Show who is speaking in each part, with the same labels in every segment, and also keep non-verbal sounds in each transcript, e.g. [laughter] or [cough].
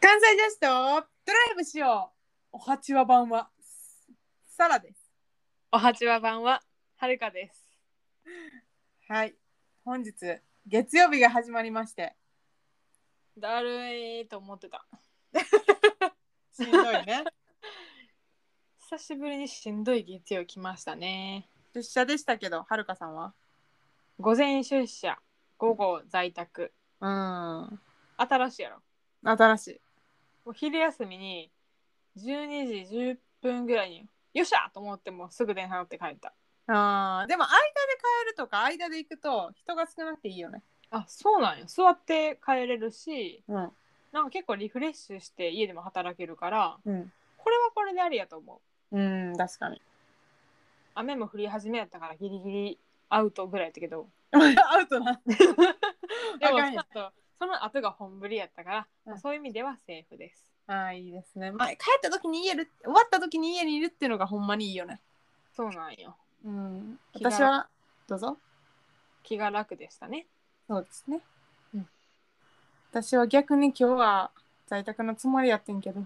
Speaker 1: ダイジェストドライブしようおはちわ版はサラです
Speaker 2: おはちわ版ははるかです。
Speaker 1: はい本日月曜日が始まりまして
Speaker 2: だるいと思ってた。
Speaker 1: しんどいね [laughs]
Speaker 2: 久しぶりにしんどい月曜来ましたね。
Speaker 1: 出社でしたけどはるかさんは
Speaker 2: 午前出社、午後在宅。
Speaker 1: うん
Speaker 2: 新しいやろ。
Speaker 1: 新しい
Speaker 2: お昼休みに12時10分ぐらいによっしゃと思ってもうすぐ電車乗って帰った。
Speaker 1: あーでも間で帰るとか間で行くと人が少なくていいよね
Speaker 2: あそうなんや。座って帰れるし、
Speaker 1: うん
Speaker 2: なんか結構リフレッシュして家でも働けるから、
Speaker 1: うん
Speaker 2: これはこれでありやと思う。
Speaker 1: うん確かに [laughs]
Speaker 2: 雨も降り始めやったからギリギリアウトぐらいやったけど。
Speaker 1: アウト [laughs] な
Speaker 2: [laughs] でも
Speaker 1: あかんやん
Speaker 2: その後その後が本降りやったから、ま
Speaker 1: う
Speaker 2: あ、
Speaker 1: ん
Speaker 2: そういう意味ではセーフです。
Speaker 1: あーいいですね、まあ、帰った時に家いる終わった時に家にいるっていうのがほんまにいいよね
Speaker 2: そうなんよ。
Speaker 1: うん
Speaker 2: 気が
Speaker 1: 私はどうぞ
Speaker 2: 気が楽でしたね。
Speaker 1: そうですね。
Speaker 2: うん
Speaker 1: 私は逆に今日は在宅のつもりやってんけど、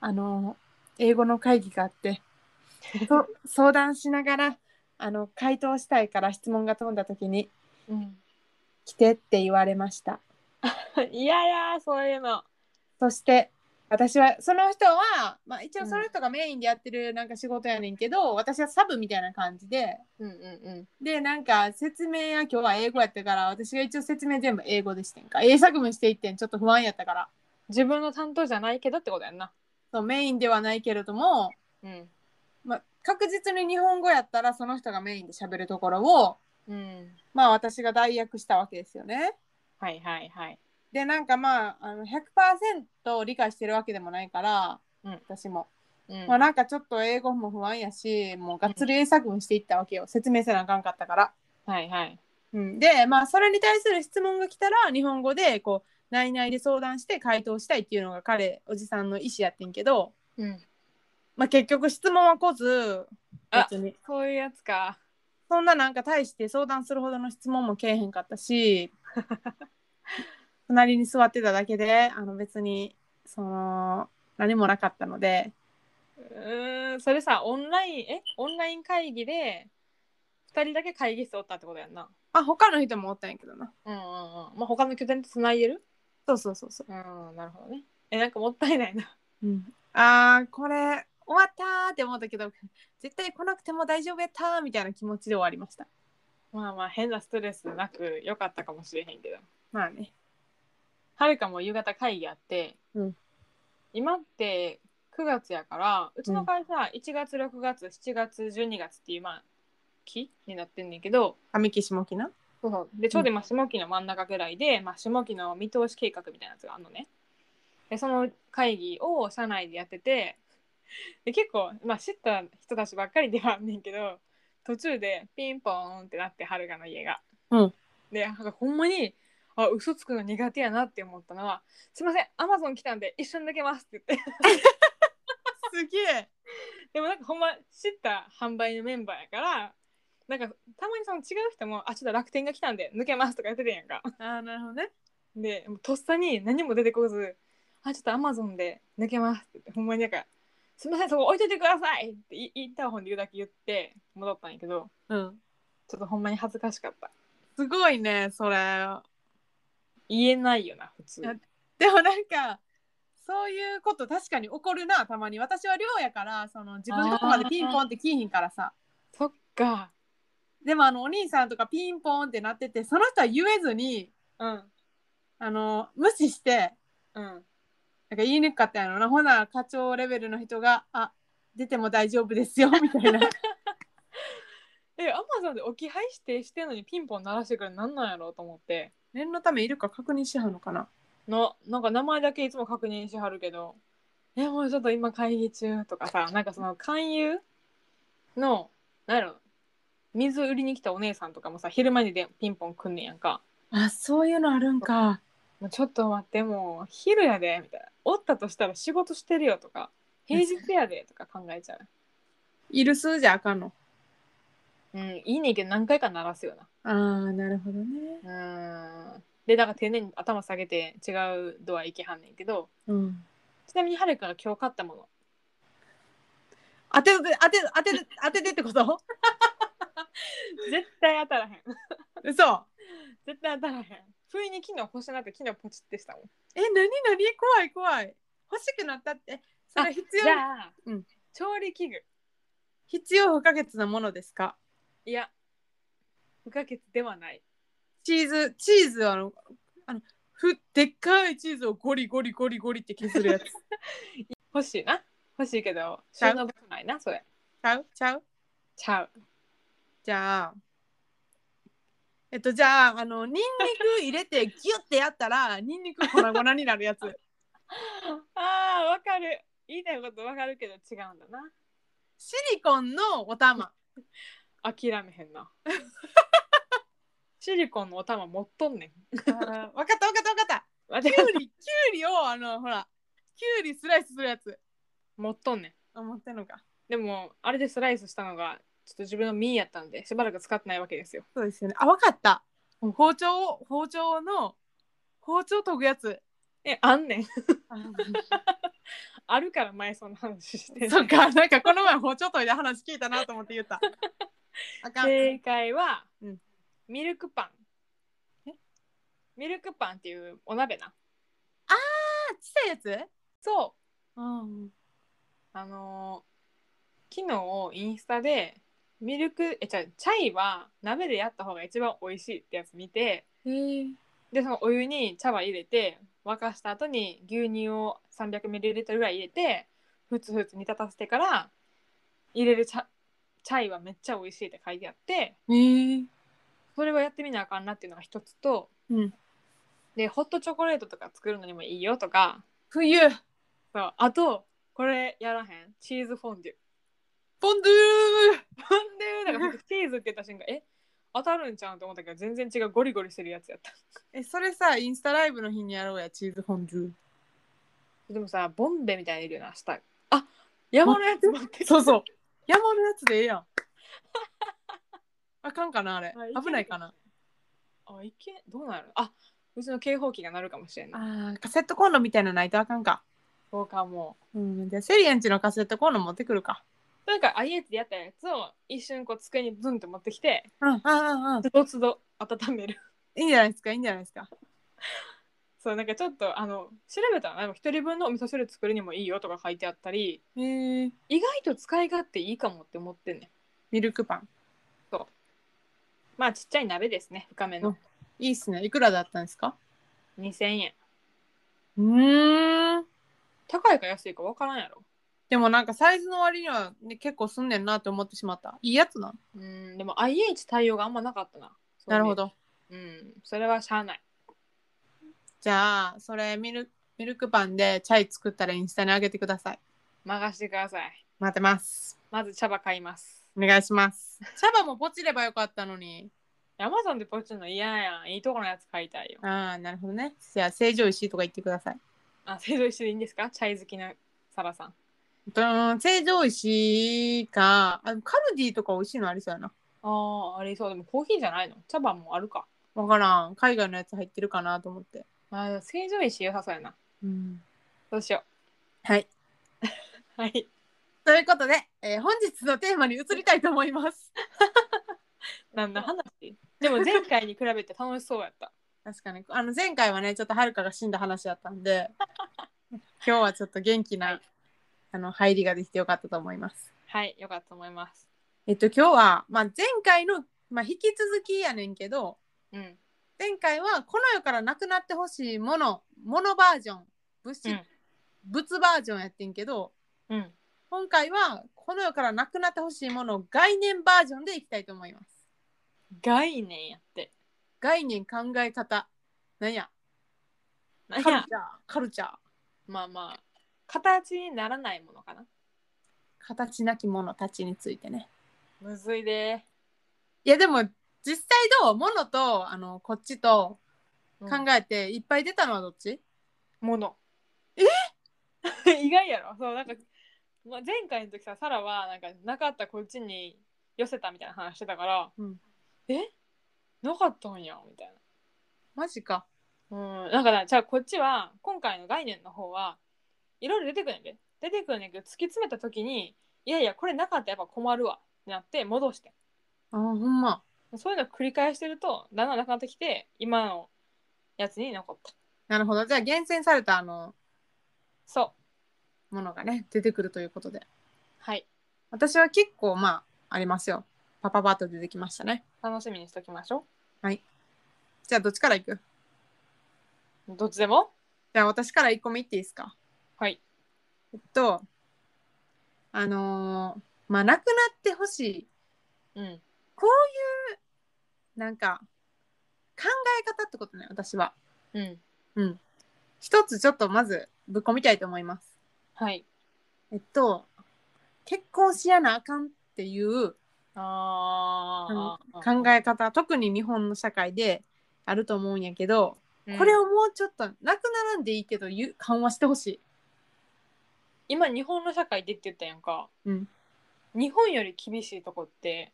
Speaker 1: あの、英語の会議があって、
Speaker 2: [laughs]
Speaker 1: そ相談しながら、あの、回答したいから質問が飛んだ時に、
Speaker 2: うん。
Speaker 1: 来てって言われました。
Speaker 2: [laughs] いやいや、そういうの。
Speaker 1: そして、私は、その人は、まあ一応その人がメインでやってるなんか仕事やねんけど、私はサブみたいな感じで、
Speaker 2: うんうんうん。
Speaker 1: で、なんか説明は今日は英語やったから、私が一応説明全部英語でしてんか。英作文していってん、ちょっと不安やったから。
Speaker 2: 自分の担当じゃないけどってことやんな。
Speaker 1: そうメインではないけれども、
Speaker 2: うん。
Speaker 1: まあ、確実に日本語やったらその人がメインで喋るところを
Speaker 2: うん。
Speaker 1: まあ私が代役したわけですよね。
Speaker 2: はいはいはい。
Speaker 1: でなんかまああの100%理解してるわけでもないから、
Speaker 2: うん
Speaker 1: 私も、
Speaker 2: うん
Speaker 1: まあ、なんかちょっと英語も不安やしもうがっつり英作文していったわけよ説明せなあかんかったから。
Speaker 2: はいはい。
Speaker 1: うん、でまあそれに対する質問が来たら日本語でこう内々で相談して回答したいっていうのが彼おじさんの意思やってんけど、
Speaker 2: うん。
Speaker 1: まあ、結局質問は来ず
Speaker 2: あ
Speaker 1: 別に
Speaker 2: そういうやつか。
Speaker 1: そんななんか大して相談するほどの質問もけえへんかったし [laughs] 隣に座ってただけであの別にその何もなかったので
Speaker 2: うーん。それさ、オンライン、えオンライン会議で2人だけ会議室おったってことやんな。
Speaker 1: あ他の人もおったんやけどな
Speaker 2: うんうんうん。まあ、他の拠点とつないでる
Speaker 1: そうそうそうそ
Speaker 2: うん、なるほどね。え、なんかもったいないな。
Speaker 1: う、うん、あーこれ終わったーって思ったけど絶対来なくても大丈夫やったーみたいな気持ちで終わりました
Speaker 2: まあまあ変なストレスなく良かったかもしれへんけど
Speaker 1: まあね
Speaker 2: はるかも夕方会議あって、
Speaker 1: うん
Speaker 2: 今って9月やからうちの会社1月6月7月12月っていうまあ期になってんねんけど
Speaker 1: 上木下木な
Speaker 2: でちょうど今下期の真ん中ぐらいで、まあ、下期の見通し計画みたいなやつがあるのねでその会議を社内でやっててで結構、まあ、知った人たちばっかりではあんねんけど途中でピンポーンってなってはるかの家が、
Speaker 1: うん
Speaker 2: でなんかほんまにあ嘘つくの苦手やなって思ったのは「すいませんアマゾン来たんで一緒に抜けます」って言って
Speaker 1: すげえ
Speaker 2: でもなんかほんま知った販売のメンバーやからなんかたまにその違う人も「あちょっと楽天が来たんで抜けます」とか言ってたやんか。
Speaker 1: あーなるほどね
Speaker 2: でもうとっさに何も出てこず「あちょっとアマゾンで抜けます」って言ってほんまになんか「すみませんそこ置いといてください」ってイインターホンで言うだけ言って戻ったんやけど
Speaker 1: うん
Speaker 2: ちょっとほんまに恥ずかしかった
Speaker 1: すごいねそれ
Speaker 2: 言えないよな普通
Speaker 1: いやでもなんかそういうこと確かに起こるなたまに私は寮やからその自分のとこまでピンポンって聞いひんからさ
Speaker 2: そっか
Speaker 1: でもあのお兄さんとかピンポンってなっててその人は言えずに
Speaker 2: うん
Speaker 1: あの無視して
Speaker 2: うん
Speaker 1: なんか言いにくかったやろなほな課長レベルの人が「あ出ても大丈夫 [laughs] ですよ」みたいな
Speaker 2: えアマゾンで置き配指定してんのにピンポン鳴らしてくるのなんなんやろうと思って
Speaker 1: 念のためいるか確認しはんのかな
Speaker 2: のなんか名前だけいつも確認しはるけど「えもうちょっと今会議中」とかさなんかその勧誘のなんやろ水売りに来たお姉さんとかもさ昼間にでピンポンくんねんやんか
Speaker 1: あそういうのあるんか
Speaker 2: 「もうちょっと待ってもう昼やで」みたいな「おったとしたら仕事してるよ」とか「平日やで」とか考えちゃう
Speaker 1: いる数じゃあかんの
Speaker 2: うんいいねんけど何回か鳴らすよな
Speaker 1: ああなるほどね
Speaker 2: うーんでだから丁寧に頭下げて違うドア行きはんねんけど
Speaker 1: うん。
Speaker 2: ちなみにはるかが今日買ったもの
Speaker 1: 当てて、当て、当てて、当ててってこと
Speaker 2: 絶対当たらへん
Speaker 1: [laughs] 嘘
Speaker 2: 絶対当たらへん不意に昨日欲しなって昨日ポチってしたもん
Speaker 1: え、なになに怖い怖い。欲しくなったって、それ必
Speaker 2: じゃ
Speaker 1: 要、
Speaker 2: あ、
Speaker 1: うん
Speaker 2: 調理器具
Speaker 1: 必要不可欠なものですか
Speaker 2: いや不可欠ではない
Speaker 1: チーズ、チーズはあの、あの、ふ、でっかいチーズをゴリゴリゴリゴリって削る
Speaker 2: [laughs]
Speaker 1: やつ。
Speaker 2: 欲しいな欲しいけど
Speaker 1: ちゃう
Speaker 2: 収納場所ないなそれ
Speaker 1: ちゃうちゃう
Speaker 2: ちゃう
Speaker 1: じゃあ、えっと、じゃあ、あの、ニンニク入れてギュッてやったら、ニンニク粉々にな
Speaker 2: [laughs]
Speaker 1: るやつ。
Speaker 2: [laughs] あーわかる言いたいことわかるけど違うんだな
Speaker 1: シリコンのお玉。
Speaker 2: 諦めへん [laughs] なシリコンのお玉持っとんねん
Speaker 1: わかったわかったわかった。
Speaker 2: 待
Speaker 1: キ
Speaker 2: っ
Speaker 1: ュ
Speaker 2: て
Speaker 1: ウリ、キュウリを、あの、ほら、キュウリスライスするやつ。
Speaker 2: 持っとんねん
Speaker 1: あ、持ってんのか。
Speaker 2: でもあれでスライスしたのがちょっと自分のミーやったのでしばらく使ってないわけですよ
Speaker 1: そうですよね。あ、わかった。包丁を、包丁の、包丁研ぐやつ。
Speaker 2: えあんねんあるから前その話してん
Speaker 1: そっか、なんかこの前包丁研いで話聞いたなと思って言った。あかん。
Speaker 2: 正解は、
Speaker 1: うん
Speaker 2: ミルクパンミルクパンっていうお鍋な
Speaker 1: あ、ちっちゃいやつ
Speaker 2: そう
Speaker 1: うん。
Speaker 2: あのー昨日インスタでミルクえちゃうチャイは鍋でやった方が一番美味しいってやつ見て
Speaker 1: へえ。
Speaker 2: でそのお湯に茶葉入れて沸かした後に牛乳を 300ml ぐらい入れてふつふつ煮立たせてから入れるチャチャイはめっちゃ美味しいって書いてあって
Speaker 1: へえ。
Speaker 2: それはやってみなあかんなっていうのが一つと
Speaker 1: うん。
Speaker 2: でホットチョコレートとか作るのにもいいよとか
Speaker 1: 冬。
Speaker 2: そうあとこれやらへんチーズフォンデュ
Speaker 1: ポンドゥー
Speaker 2: ポンデュだか
Speaker 1: [laughs]
Speaker 2: ら僕チーズって言った瞬間え当たるんちゃうんと思ったけど全然違うゴリゴリしてるやつやった
Speaker 1: え、それさ、インスタライブの日にやろうや、チーズフォンデュ。
Speaker 2: でもさボンベみたいにいるよな下あ山のやつ持って
Speaker 1: そうそう。山のやつでええやん。 [laughs] あかんかな、あれ
Speaker 2: あいけ。る
Speaker 1: 危ないかな。
Speaker 2: あいけどうなるあうちの警報器が鳴るかもしれない
Speaker 1: ああ、カセットコンロみたいなのないとあかんか。
Speaker 2: そうかも
Speaker 1: うん、じゃあ、セリエンチのカセットコンロ持ってくるか。
Speaker 2: なんか IH でやったやつを一瞬こう机にブンって持ってきて
Speaker 1: うん、うん、うん、うん。
Speaker 2: つどつど温める
Speaker 1: いいんじゃないですか、いいんじゃないですか。
Speaker 2: そうなんかちょっとあの調べたらなんか一人分のお味噌汁作るにもいいよとか書いてあったり
Speaker 1: へえ。
Speaker 2: 意外と使い勝手いいかもって思ってんねん
Speaker 1: ミルクパン。
Speaker 2: まあちっちゃい鍋ですね深めの
Speaker 1: いいっすね。いくらだったんですか
Speaker 2: 2000円
Speaker 1: うーん。
Speaker 2: 高いか安いか分からんやろ
Speaker 1: でもなんかサイズの割には、ね、結構すんねんなって思ってしまった。いいやつなん。
Speaker 2: うんでも IH 対応があんまなかったな
Speaker 1: なるほ
Speaker 2: ど
Speaker 1: ど。
Speaker 2: うんそれはしゃあない
Speaker 1: じゃあ、それミル、ミルクパンでチャイ作ったらインスタにあげてください。
Speaker 2: 任してください
Speaker 1: 待ってます。
Speaker 2: まず茶葉買います
Speaker 1: お願いします。茶葉もポチればよかったのに。
Speaker 2: アマゾンでポチるの嫌やんいいとこのやつ買いたいよ
Speaker 1: ああ、なるほどね。じゃあ、成城石井とか言ってください。
Speaker 2: あ成城石井でいいんですかチャイ好きのサラさん
Speaker 1: うん、成城石井か、あカルディとか美味しいのありそうやな。
Speaker 2: あーあれそうでもコーヒーじゃないの茶葉もあるか
Speaker 1: わからん。海外のやつ入ってるかなと思って。
Speaker 2: あー成城石井良さそうやな
Speaker 1: うん。
Speaker 2: どうしよ
Speaker 1: はい。
Speaker 2: うはい
Speaker 1: ということで、えー本日のテーマに移りたいと思います。 [laughs]
Speaker 2: 何の話でも前回に比べて楽しそうやった [laughs]
Speaker 1: 確かに。あの、前回はね、ちょっとはるかが死んだ話だったんで、 [laughs] 今日はちょっと元気な、あの、入りができてよかったと思います。
Speaker 2: はいよかったと思います
Speaker 1: えっと、今日は、まあ、前回の、まあ、引き続きやねんけど、
Speaker 2: うん
Speaker 1: 前回はこの世からなくなってほしいものものバージョン物質、
Speaker 2: うん
Speaker 1: 物バージョンやってんけど
Speaker 2: うん
Speaker 1: 今回はこの世からなくなってほしいものを概念バージョンでいきたいと思います
Speaker 2: 概念やって
Speaker 1: 概念考え方なんやカ
Speaker 2: 何
Speaker 1: ルチャーカルチャー
Speaker 2: まあまあ形にならないものかな
Speaker 1: 形なきものたちについてね
Speaker 2: むずいで
Speaker 1: いやでも実際どうものとあのこっちと
Speaker 2: 考
Speaker 1: 考えていっぱい出たのはどっち、
Speaker 2: えものえ [laughs] 意外やろそうなんか、まあ、前回の時さサラはなんかなかったこっちに寄せたみたいな話してたから、
Speaker 1: うん
Speaker 2: えなかったんやみたいな
Speaker 1: マジか
Speaker 2: うん、だからじゃあこっちは今回の概念の方はいろいろ出てくるんやけ出てくるんやけど突き詰めた時にいやいやこれなかったらやっぱ困るわってなって戻して
Speaker 1: あほんま
Speaker 2: そういうのを繰り返してるとだんだんなくなってきて今のやつに残った
Speaker 1: なるほどじゃあ厳選されたあの
Speaker 2: そう
Speaker 1: ものがね出てくるということで
Speaker 2: はい
Speaker 1: 私は結構まあありますよパパパッと出てきましたね
Speaker 2: 楽しみにしときましょ
Speaker 1: じゃあどっちから行く
Speaker 2: うどっちでも
Speaker 1: じゃあ私から1個目言っていいですか
Speaker 2: はい
Speaker 1: えっとあのーまあなくなってほしい
Speaker 2: うん
Speaker 1: なんか考え方ってことね私は
Speaker 2: うん
Speaker 1: 一つちょっとまずぶっ込みたいと思います
Speaker 2: はい
Speaker 1: えっと結婚しやなあかんっていう
Speaker 2: ああ、
Speaker 1: 考え方特に日本の社会であると思うんやけど、
Speaker 2: うん
Speaker 1: これをもうちょっとなくならんでいいけどゆ緩和してほしい
Speaker 2: 今日本の社会でって言ったやんか、
Speaker 1: うん
Speaker 2: 日本より厳しいとこって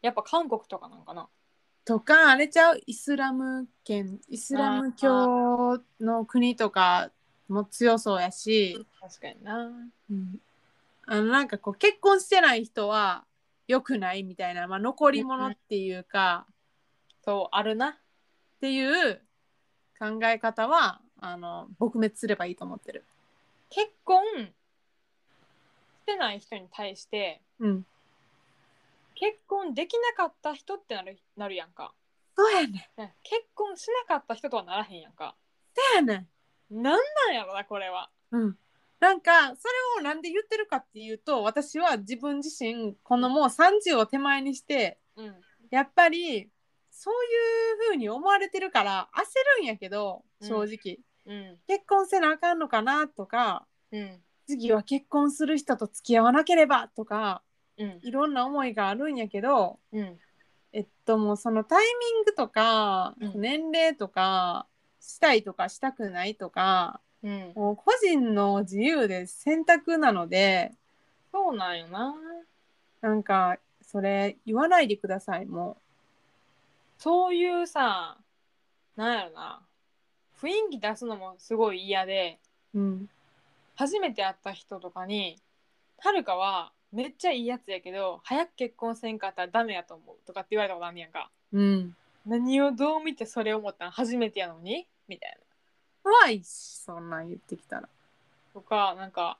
Speaker 2: やっぱ韓国とかなんかな
Speaker 1: とかあれちゃうイスラム圏イスラム教の国とかも強そうやし、
Speaker 2: 確かにな
Speaker 1: うんあのなんかこう結婚してない人は良くないみたいな、まあ、残り物っていうか、
Speaker 2: そうあるな
Speaker 1: っていう考え方はあの撲滅すればいいと思ってる。
Speaker 2: 結婚してない人に対して
Speaker 1: うん、
Speaker 2: 結婚できなかった人ってなるなるやんか
Speaker 1: そうやねん
Speaker 2: うん結婚しなかった人とはならへんやんか
Speaker 1: そうやねん
Speaker 2: なんなんやろなこれは
Speaker 1: うん、なんかそれをなんで言ってるかっていうと私は自分自身このもう30を手前にして
Speaker 2: うん
Speaker 1: やっぱりそういう風に思われてるから焦るんやけど正直、
Speaker 2: うん
Speaker 1: 結婚せなあかんのかなとか
Speaker 2: うん
Speaker 1: 次は結婚する人と付き合わなければとか
Speaker 2: うん
Speaker 1: いろんな思いがあるんやけど
Speaker 2: うん
Speaker 1: えっともうそのタイミングとか
Speaker 2: うん
Speaker 1: 年齢とかしたいとかしたくないとか
Speaker 2: うん
Speaker 1: もう個人の自由で選択なので
Speaker 2: そうなんよな
Speaker 1: なんかそれ言わないでくださいも
Speaker 2: そういうさなんやろな雰囲気出すのもすごい嫌で
Speaker 1: う、うん、
Speaker 2: 初めて会った人とかに「はるかはめっちゃいいやつやけど早く結婚せんかったらダメやと思う」とかって言われたことあんねやんか
Speaker 1: うん、
Speaker 2: 何をどう見てそれ思ったん初めてやのにみたいな
Speaker 1: 怖いしそんなん言ってきたら
Speaker 2: とかなんか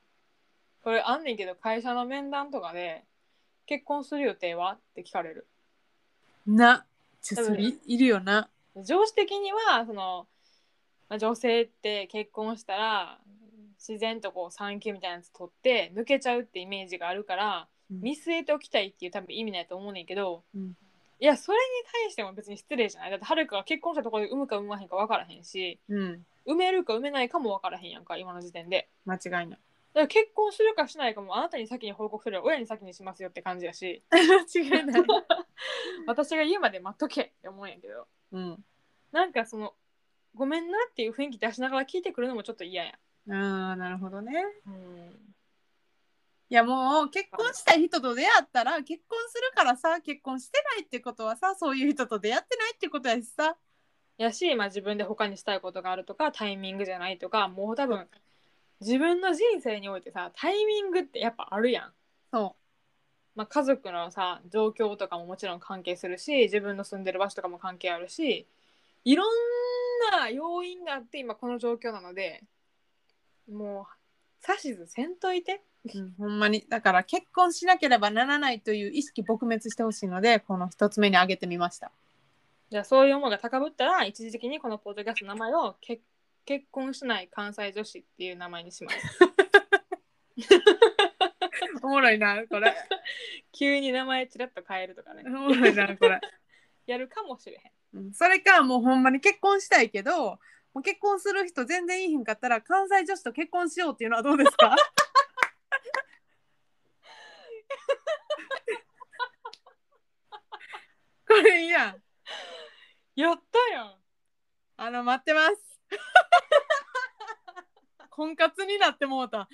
Speaker 2: これあんねんけど会社の面談とかで「結婚する予定は?」って聞かれる
Speaker 1: なちょ
Speaker 2: 多分
Speaker 1: それいいるよな
Speaker 2: 上司的にはその、まあ、女性って結婚したら自然とこう産休みたいなやつ取って抜けちゃうってイメージがあるから
Speaker 1: うん
Speaker 2: 見据えておきたいっていう多分意味ないと思うねんけど、
Speaker 1: うん
Speaker 2: いやそれに対しても別に失礼じゃないだってはるかが結婚したところで産むか産まへんか分からへんし
Speaker 1: うん
Speaker 2: 産めるか産めないかも分からへんやんか今の時点で
Speaker 1: 間違いない
Speaker 2: だから結婚するかしないかもあなたに先に報告するよ親に先にしますよって感じやし
Speaker 1: [laughs] 間違いない、
Speaker 2: [laughs] 私が言うまで待っとけって思うんやけど
Speaker 1: うん、
Speaker 2: なんかそのごめんなっていう雰囲気出しながら聞いてくるのもちょっと嫌や。
Speaker 1: あーなるほどね
Speaker 2: うん、
Speaker 1: いやもう結婚したい人と出会ったら結婚するからさ結婚してないってことはさそういう人と出会ってないってことやしさ
Speaker 2: やし、まあ、自分で他にしたいことがあるとかタイミングじゃないとかもう多分自分の人生においてさタイミングってやっぱあるやん。
Speaker 1: そ
Speaker 2: まあ、家族のさ状況とかももちろん関係するし自分の住んでる場所とかも関係あるしいろんな要因があって今この状況なのでもう指図せんといて。
Speaker 1: う、うん、ほんまにだから結婚しなければならないという意識撲滅してほしいのでこの一つ目に挙げてみました
Speaker 2: じゃあそういう思いが高ぶったら一時的にこのポッドキャストの名前を結結婚しない関西女子っていう名前にします [laughs]
Speaker 1: おもろいなこれ
Speaker 2: 急に名前ちらっと変えるとかね
Speaker 1: おもろいなこれ
Speaker 2: やるかもしれへん
Speaker 1: うんそれかもうほんまに結婚したいけどもう結婚する人全然いいひんかったら関西女子と結婚しようっていうのはどうです [laughs] かこれいいやん
Speaker 2: やったやん
Speaker 1: あの待って [laughs] ます婚活になってもうた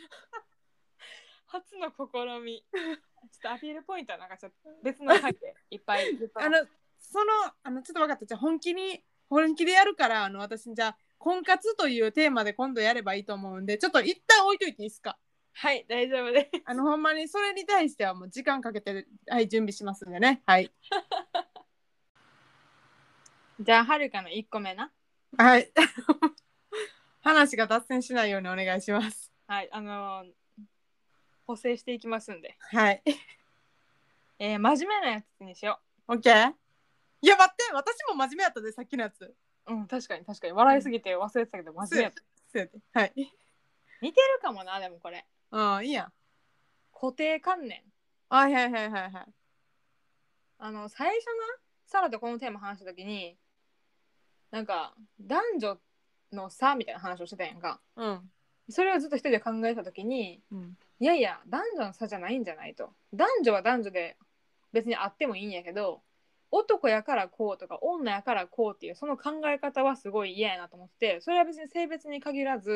Speaker 2: 初の試み [laughs] ちょっとアピールポイントはなんかちょっと別の回でいっぱ [laughs] い
Speaker 1: あのそのあのちょっと分かったじゃあ本気に本気でやるからあの私じゃあ婚活というテーマで今度やればいいと思うんでちょっと一旦置いといていいですか
Speaker 2: はい、大丈夫です。
Speaker 1: あのほんまにそれに対してはもう時間かけてはい準備しますんでねはい
Speaker 2: じゃあ、はるかの1個目な。
Speaker 1: はい [laughs] 話が脱線しないようにお願いします
Speaker 2: はい、あのー補正していきますんで。
Speaker 1: はい
Speaker 2: えー真面目なやつにしよ
Speaker 1: OK いや待って私も真面目やったでさっきのやつ
Speaker 2: う。うん、確かに確かに。笑いすぎて忘れてたけど、真面目やった。
Speaker 1: そうやではい
Speaker 2: 似てるかもな、でもこれ。
Speaker 1: うんいいやん
Speaker 2: 固定観念。
Speaker 1: はいはいはいはいはい
Speaker 2: あの、最初な、サラとこのテーマ話したときに、なんか、男女の差みたいな話をしてたやんか。
Speaker 1: うん
Speaker 2: それをずっと一人で考えてたときに、
Speaker 1: うん
Speaker 2: いやいや男女の差じゃないんじゃないと男女は男女で別にあってもいいんやけど男やからこうとか女やからこうっていうその考え方はすごい嫌やなと思ってそれは別に性別に限らず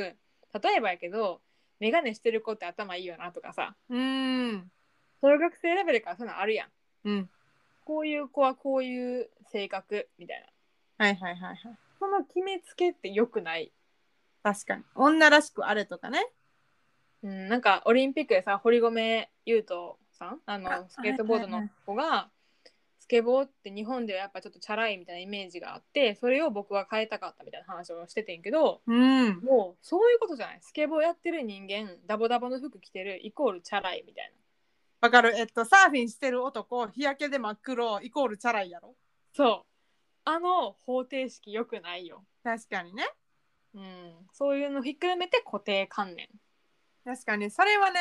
Speaker 2: 例えばやけど眼鏡してる子って頭いいよなとかさ
Speaker 1: うーん
Speaker 2: 小学生レベルからそういうのあるやん
Speaker 1: うん
Speaker 2: こういう子はこういう性格みたいな
Speaker 1: はいはいはいはい
Speaker 2: その決めつけって良くない、
Speaker 1: 確かに女らしくあれとかね
Speaker 2: うん、なんかオリンピックでさ堀米雄斗さんあの
Speaker 1: あ
Speaker 2: スケートボード
Speaker 1: はいはいは
Speaker 2: の
Speaker 1: い
Speaker 2: 子がスケボーって日本ではやっぱちょっとチャラいみたいなイメージがあってそれを僕は変えたかったみたいな話をしててんけど
Speaker 1: うん
Speaker 2: もうそういうことじゃないスケボーやってる人間ダボダボの服着てるイコールチャラいみたいな
Speaker 1: わかるえっとサーフィンしてる男日焼けで真っ黒イコールチャラいやろ
Speaker 2: そうあの方程式良くないよ、
Speaker 1: 確かにね
Speaker 2: うん、そういうのひっくるめて固定観念
Speaker 1: 確かにそれはね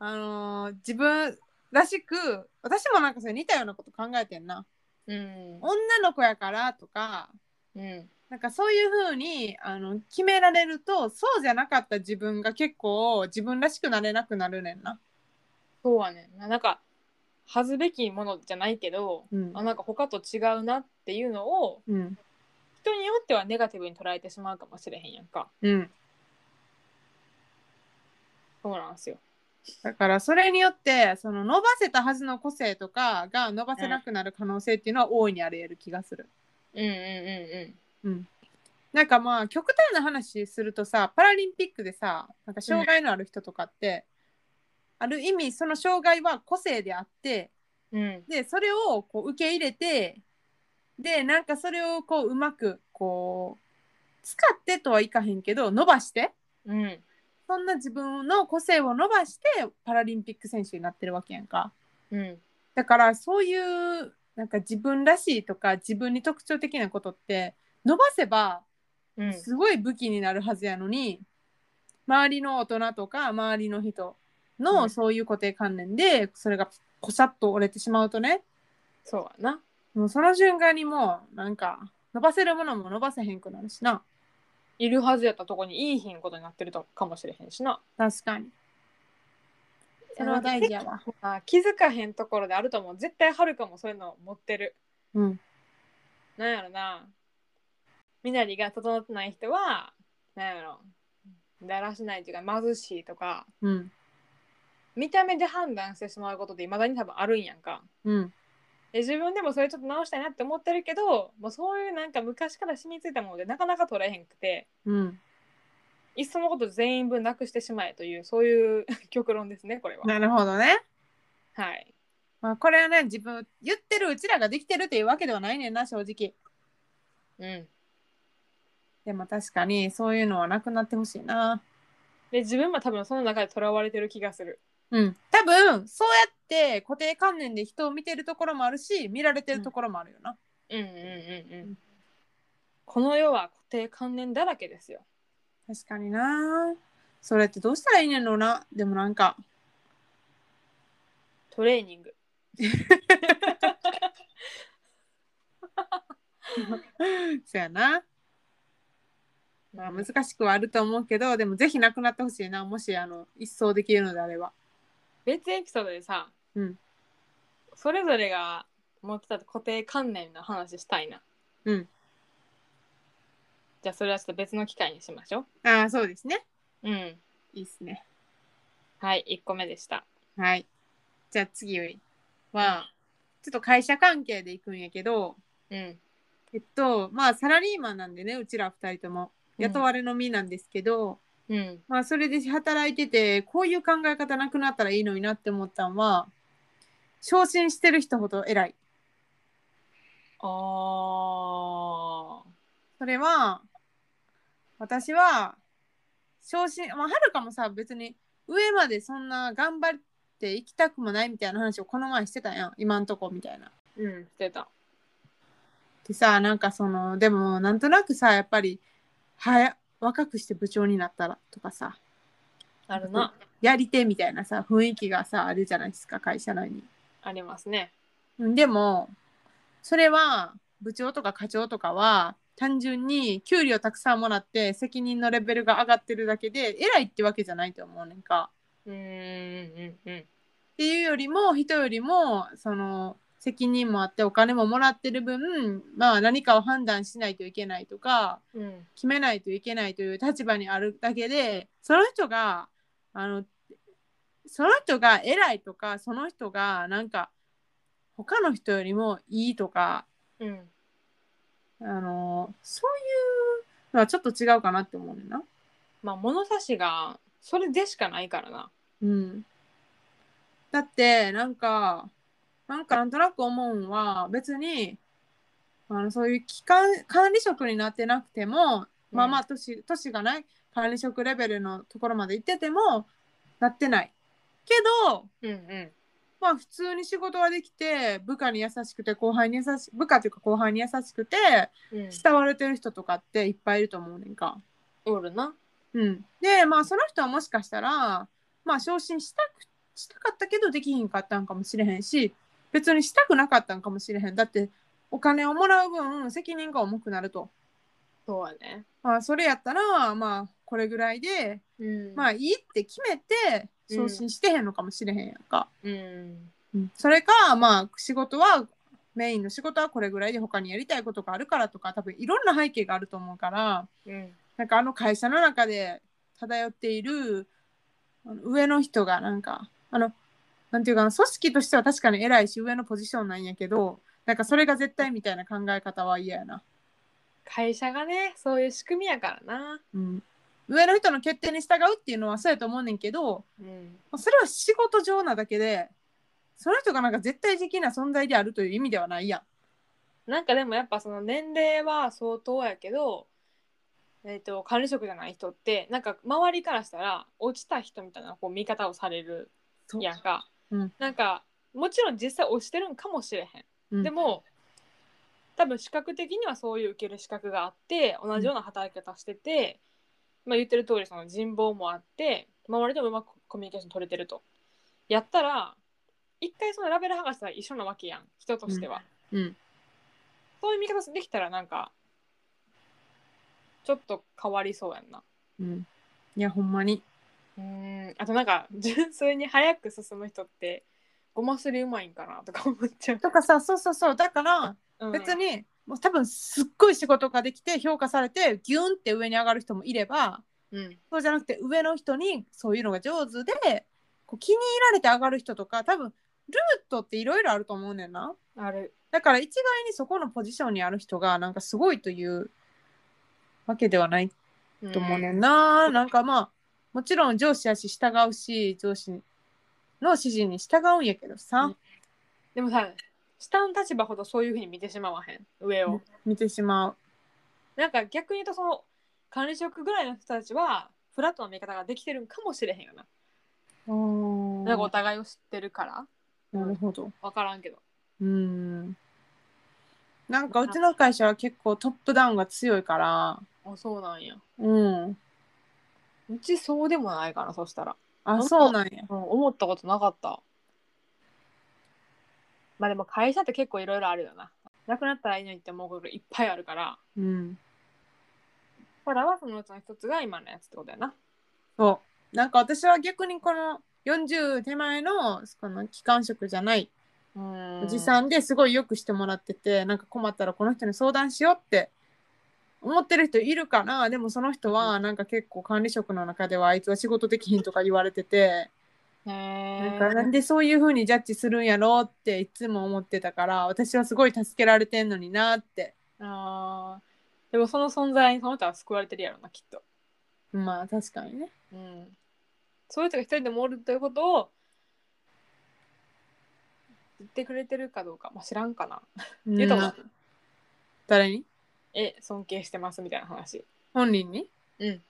Speaker 1: あのー自分らしく私もなんかそれ似たようなこと考えてんな
Speaker 2: うん
Speaker 1: 女の子やからとか
Speaker 2: うん
Speaker 1: なんかそういう風にあの決められるとそうじゃなかった自分が結構自分らしくなれなくなるねんな。
Speaker 2: そうはねんななんか恥ずべきものじゃないけど
Speaker 1: うん
Speaker 2: あなんか他と違うなっていうのを
Speaker 1: うん
Speaker 2: 人によってはネガティブに捉えてしまうかもしれへんやんか
Speaker 1: うん、
Speaker 2: そうなんですよ
Speaker 1: だからそれによってその伸ばせたはずの個性とかが伸ばせなくなる可能性っていうのは大いにあり得る気がする。
Speaker 2: うんうんう
Speaker 1: うん、なんかまあ極端な話するとさパラリンピックでさなんか障害のある人とかって、ある意味その障害は個性であって
Speaker 2: んうんうん
Speaker 1: でそれをこう受け入れてでなんかそれをこううまくこう使ってとはいかへんけど伸ばして
Speaker 2: うん
Speaker 1: そんな自分の個性を伸ばしてパラリンピック選手になってるわけやんか
Speaker 2: うん
Speaker 1: だからそういうなんか自分らしいとか自分に特徴的なことって伸ばせば
Speaker 2: うん
Speaker 1: すごい武器になるはずやのに、周りの大人とか周りの人
Speaker 2: う
Speaker 1: の
Speaker 2: ん
Speaker 1: そういう固定観念でそれがこさっと折れてしまうとね
Speaker 2: そうやな
Speaker 1: もうその瞬間にもうなんか伸ばせるものも伸ばせへんくなるしない
Speaker 2: るはずやったとこにいいひんことになってるとかもしれへんしな
Speaker 1: 確かにそれは大事やわ
Speaker 2: あ気づかへんところであると思う絶対はるかもそういうの持ってる
Speaker 1: うん
Speaker 2: なんやろな身なりが整ってない人はなんやろだらしないっていうか貧しいとか
Speaker 1: うん
Speaker 2: 見た目で判断してしまうことでいまだに多分あるんやんか
Speaker 1: うん
Speaker 2: で自分でもそれちょっと直したいなって思ってるけどもうそういうなんか昔から染みついたものでなかなか取れへんくて
Speaker 1: うん
Speaker 2: いっそのこと全員分なくしてしまえというそういう [laughs] 極論ですねこれは
Speaker 1: なるほどね、
Speaker 2: はい
Speaker 1: まあ、これはね自分言ってるうちらができてるっていうわけではないねんな正直
Speaker 2: うん
Speaker 1: でも確かにそういうのはなくなってほしいな
Speaker 2: で自分も多分その中でとらわれてる気がする
Speaker 1: うん、多分そうやって固定観念で人を見てるところもあるし見られてるところもあるよな、
Speaker 2: うんうんうんうんこの世は固定観念だらけですよ
Speaker 1: 確かになそれってどうしたらいいねんのなでもなんか
Speaker 2: トレーニング
Speaker 1: そやな、まあ、難しくはあると思うけどでもぜひなくなってほしいなもしあの一掃できるのであれば
Speaker 2: 別エピソードでさ、
Speaker 1: うん
Speaker 2: それぞれが持ってた固定観念の話したいな
Speaker 1: うん
Speaker 2: じゃあそれはちょっと別の機会にしましょ
Speaker 1: ああそうですね
Speaker 2: ううん
Speaker 1: いいっすね
Speaker 2: はい1個目でした
Speaker 1: はいじゃあ次はちょっと会社関係でいくんやけど
Speaker 2: うん
Speaker 1: えっとまあサラリーマンなんでねうちら二人とも雇われの身なんですけど、
Speaker 2: うん。
Speaker 1: まあ、それで働いててこういう考え方なくなったらいいのになって思ったのは昇進してる人ほど偉い
Speaker 2: ああ。
Speaker 1: それは私は昇進まあはるかもさ別に上までそんな頑張っていきたくもないみたいな話をこの前してたやん今んとこみたいな。
Speaker 2: うん、してた。
Speaker 1: でさなんかそのでもなんとなくさやっぱりはや若くして部長になったらとかさ
Speaker 2: あるな。
Speaker 1: やり手みたいなさ雰囲気がさあるじゃないですか会社内に。
Speaker 2: ありますね。
Speaker 1: でもそれは部長とか課長とかは単純に給料たくさんもらって責任のレベルが上がってるだけで偉いってわけじゃないと思うねんか。
Speaker 2: うーん、うん、うん。
Speaker 1: っていうよりも人よりもその責任もあってお金ももらってる分、まあ、何かを判断しないといけないとか
Speaker 2: うん、
Speaker 1: 決めないといけないという立場にあるだけでその人があのその人が偉いとかその人がなんか他の人よりもいいとか
Speaker 2: うん。
Speaker 1: あのそういうのはちょっと違うかなって思うねんな。
Speaker 2: まあ、物差しがそれでしかないからな。
Speaker 1: うん、だってなんかなんかなんとなく思うんは別にあのそういう機関管理職になってなくてもまあまあ年年がない管理職レベルのところまで行っててもなってないけど
Speaker 2: うん、う
Speaker 1: まあ普通に仕事はできて部下に優しくて後輩に優し部下というか後輩に優しくて
Speaker 2: ん。うん、
Speaker 1: 慕われてる人とかっていっぱいいると思うねんか。
Speaker 2: おるな。
Speaker 1: うん、でまあその人はもしかしたらまあ昇進したくしたかったけどできひんかったんかもしれへんし別にしたくなかったんかもしれへんだってお金をもらう分責任が重くなると、
Speaker 2: そうはね。
Speaker 1: まあ、それやったらまあこれぐらいで
Speaker 2: うん
Speaker 1: まあいいって決めて昇進してへんのかもしれへんやんか、
Speaker 2: うん。
Speaker 1: うんそれかまあ仕事はメインの仕事はこれぐらいで他にやりたいことがあるからとか多分いろんな背景があると思うから、
Speaker 2: うん。
Speaker 1: なんかあの会社の中で漂っているあの上の人がなんかあのなんていうかな組織としては確かに偉いし上のポジションなんやけどなんかそれが絶対みたいな考え方は嫌やな、
Speaker 2: 会社がね、そういう仕組みやからな。
Speaker 1: うん、上の人の決定に従うっていうのはそうやと思うねんけど
Speaker 2: うん。
Speaker 1: まあそれは仕事上なだけでその人がなんか絶対的な存在であるという意味ではないやん
Speaker 2: なんかでもやっぱその年齢は相当やけど、えー、と管理職じゃない人ってなんか周りからしたら落ちた人みたいなこう見方をされる
Speaker 1: そう
Speaker 2: やんか、
Speaker 1: うん
Speaker 2: なんかもちろん実際落ちてるんかもしれへん、
Speaker 1: うん
Speaker 2: でも多分資格的にはそういう受ける資格があって同じような働き方してて、まあ、言ってる通りその人望もあって周りともうまくコミュニケーション取れてるとやったら一回そのラベル剥がしたら一緒なわけやん人としては、
Speaker 1: うん
Speaker 2: そういう見方できたらなんかちょっと変わりそうやんな
Speaker 1: うんいやほんまに
Speaker 2: うんあとなんか純粋に早く進む人ってごますりうまいんかなとか思っちゃう
Speaker 1: とかさそうそうそうだから
Speaker 2: うん
Speaker 1: 別にもう多分すっごい仕事ができて評価されてギュンって上に上がる人もいれば
Speaker 2: うん
Speaker 1: そうじゃなくて上の人にそういうのが上手でこう気に入られて上がる人とか多分ルートっていろいろあると思うねんな
Speaker 2: ある
Speaker 1: だから一概にそこのポジションにある人がなんかすごいというわけではないと思うねんな、なんかまあもちろん上司やし従うし上司の指示に従うんやけどさ、
Speaker 2: うんでもさ下の立場ほどそういうふうに見てしまわへん上を、
Speaker 1: うん見てしまう
Speaker 2: なんか逆に言うとその管理職ぐらいの人たちはフラットな見方ができてるんかもしれへんよな、なんかお
Speaker 1: な
Speaker 2: 互いを知ってるから
Speaker 1: るほど
Speaker 2: 分からんけど
Speaker 1: うんなんかうちの会社は結構トップダウンが強いから、
Speaker 2: あそうなんや
Speaker 1: うん。
Speaker 2: うちそうでもないかなそしたら
Speaker 1: あ、そうなんや。
Speaker 2: うん、思ったことなかった。まあでも会社って結構いろいろあるよな。なくなったらいいのにって思うこといっぱいあるから、
Speaker 1: うん。
Speaker 2: ほらはそのうちの一つが今のやつってことやな。
Speaker 1: そう。なんか私は逆にこの40手前のこの機関職じゃない
Speaker 2: うん
Speaker 1: おじさんですごいよくしてもらってて、なんか困ったらこの人に相談しようって思ってる人いるから、でもその人はなんか結構管理職の中ではあいつは仕事できひんとか言われてて、なんかなん
Speaker 2: ね。
Speaker 1: でそういう風にジャッジするんやろうっていつも思ってたから、私はすごい助けられてんのになって。
Speaker 2: あーでもその存在にその人は救われてるやろなきっと、
Speaker 1: まあ確かにね。
Speaker 2: うん、そういう人が一人でもおるということを言ってくれてるかどうか、まあ、知らんかな、言うと思う
Speaker 1: 誰に
Speaker 2: え尊敬してますみたいな話
Speaker 1: 本人に
Speaker 2: うん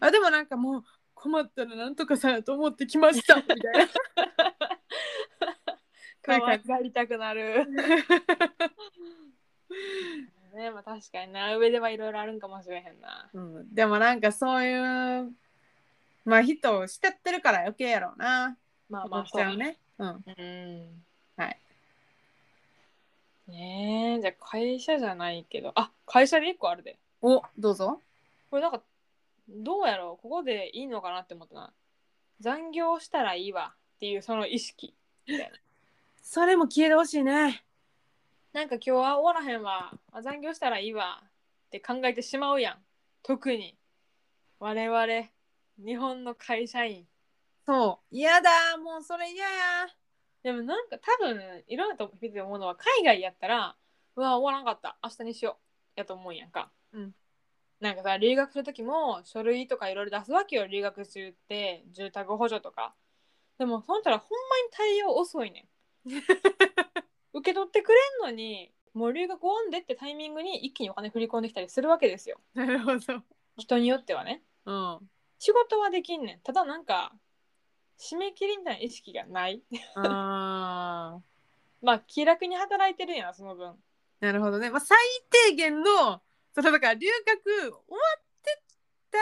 Speaker 1: あ、でもなんかもう困ったらなんとかさと思ってきましたみたいな。
Speaker 2: 可
Speaker 1: なんか
Speaker 2: 愛がりたくなる [laughs] ねまあ確かにな上ではいろいろあるんかもしれへんな
Speaker 1: うん、でもなんかそういう、まあ人を慕ってるから余計やろうな。
Speaker 2: まあ
Speaker 1: 思
Speaker 2: まあ
Speaker 1: っち
Speaker 2: そう
Speaker 1: ゃうね。うん。
Speaker 2: うん
Speaker 1: はい
Speaker 2: ねえじゃあ会社じゃないけどあ会社で一個あるで
Speaker 1: お、どうぞ。
Speaker 2: これなんかどうやろうここでいいのかなって思ったな残業したらいいわっていうその意識
Speaker 1: それも消えてほしいね。
Speaker 2: [laughs] なんか今日は終わらへんわあ残業したらいいわって考えてしまうやん特に我々日本の会社員
Speaker 1: そう。嫌だ、もうそれ嫌や。 [laughs]
Speaker 2: でもなんか多分いろんなと見て思うのは海外やったらうわ終わらんかった明日にしようやと思うんやんか、
Speaker 1: うん
Speaker 2: なんかさ留学する時も書類とかいろいろ出すわけよ留学中って住宅補助とかでもそんたらほんまに対応遅いね
Speaker 1: [laughs]
Speaker 2: ん受け取ってくれんのにもう留学終わんでってタイミングに一気にお金振り込んできたりするわけですよ
Speaker 1: なるほど。
Speaker 2: 人によってはね
Speaker 1: うん。
Speaker 2: 仕事はできんねんただなんか締め切りみたいな意識がない [laughs]
Speaker 1: あー
Speaker 2: まあ気楽に働いてるんやなその分
Speaker 1: なるほどね。まあ、最低限の、そのだから留学終わってた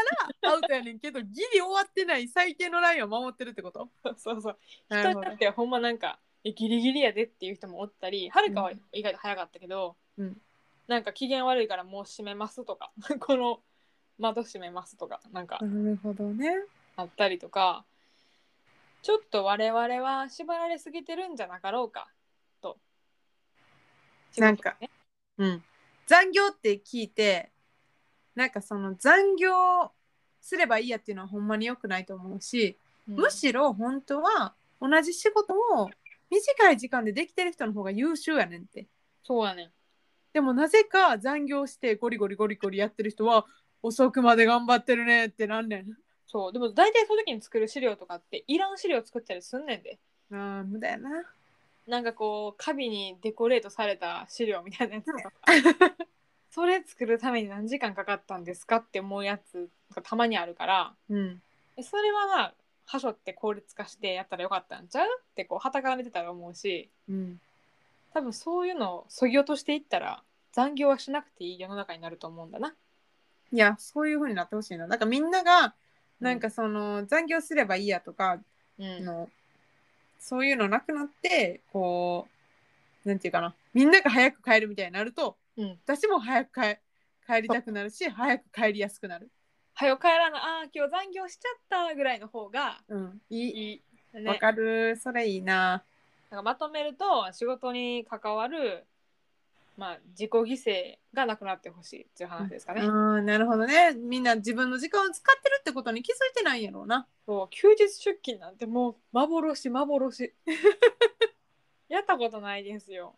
Speaker 1: らアウトやねんけど、ギリ終わってない最低のラインを守ってるって [laughs] こと
Speaker 2: [laughs] そうそう。
Speaker 1: な
Speaker 2: 人
Speaker 1: る
Speaker 2: に
Speaker 1: ほど
Speaker 2: よっ。てはほんまなんか、えギリギリやでっていう人もおったり、はるかは意外と早かったけど、
Speaker 1: うん
Speaker 2: なんか機嫌悪いからもう閉めますとか、 [laughs] この窓閉めますとか、なんか
Speaker 1: なるほどね。
Speaker 2: あったりとか、ちょっと我々は縛られすぎてるんじゃなかろうか、と。
Speaker 1: なんか
Speaker 2: ね、
Speaker 1: うん。残業って聞いて、なんかその残業すればいいやっていうのはほんまに良くないと思うし、
Speaker 2: うん
Speaker 1: むしろ本当は同じ仕事を短い時間でできてる人の方が優秀やねんって。
Speaker 2: そうやねん。
Speaker 1: でもなぜか残業してゴリゴリゴリゴリやってる人は遅くまで頑張ってるねってなんねん。
Speaker 2: そう。でも大体そういう時に作る資料とかって、いらん資料作ったりすんねんで。
Speaker 1: ああ、無駄やな。
Speaker 2: なんかこう紙にデコレートされた資料みたいなやつとかそれ作るために何時間かかったんですかって思うやつがたまにあるから
Speaker 1: うん。
Speaker 2: えそれはまあはしょって効率化してやったらよかったんちゃうってこうはたから見てたら思うし
Speaker 1: うん。
Speaker 2: 多分そういうのをそぎ落としていったら残業はしなくていい世の中になると思うんだな。
Speaker 1: いや、そういう風になってほしいな。なんかみんなが、なんかその残業すればいいやとか、
Speaker 2: うん、
Speaker 1: のそういうのなくなってこうなんていうかなみんなが早く帰るみたいになると
Speaker 2: うん、
Speaker 1: 私も早く帰帰りたくなるし早く帰りやすくなる、
Speaker 2: はよ帰らなあー今日残業しちゃったぐらいの方が
Speaker 1: うん、いい
Speaker 2: いい、
Speaker 1: わ、
Speaker 2: ね、
Speaker 1: かるそれいいな
Speaker 2: なんかまとめると仕事に関わる、まあ、自己犠牲がなくなってほしいっていう話ですかね。
Speaker 1: うんなるほどねみんな自分の時間を使ってるってことに気づいてないんやろうな
Speaker 2: そう休日出勤なんてもう幻幻 [laughs] やったことないですよ。